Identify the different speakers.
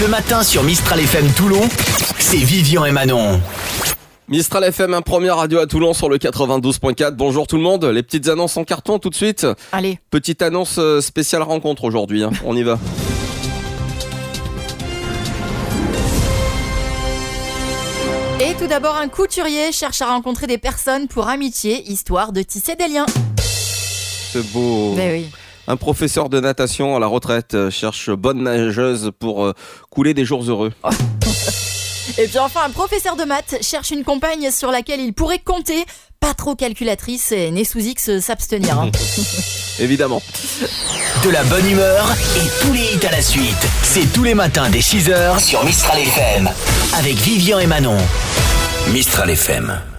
Speaker 1: Le matin sur Mistral FM Toulon, c'est Vivian et Manon.
Speaker 2: Mistral FM, un premier radio à Toulon sur le 92.4. Bonjour tout le monde. Les petites annonces en carton tout de suite.
Speaker 3: Allez,
Speaker 2: Petite annonce euh, spéciale rencontre aujourd'hui. hein. On y va.
Speaker 3: et tout d'abord un couturier cherche à rencontrer des personnes pour amitié, histoire de tisser des liens.
Speaker 2: C'est beau.
Speaker 3: Ben oui.
Speaker 2: Un professeur de natation à la retraite euh, cherche bonne nageuse pour euh, couler des jours heureux.
Speaker 3: Et puis enfin un professeur de maths cherche une compagne sur laquelle il pourrait compter, pas trop calculatrice et née sous X s'abstenir. hein.
Speaker 2: Évidemment.
Speaker 1: De la bonne humeur et tous les hits à la suite. C'est tous les matins dès 6h sur Mistral FM. Avec Vivian et Manon. Mistral FM.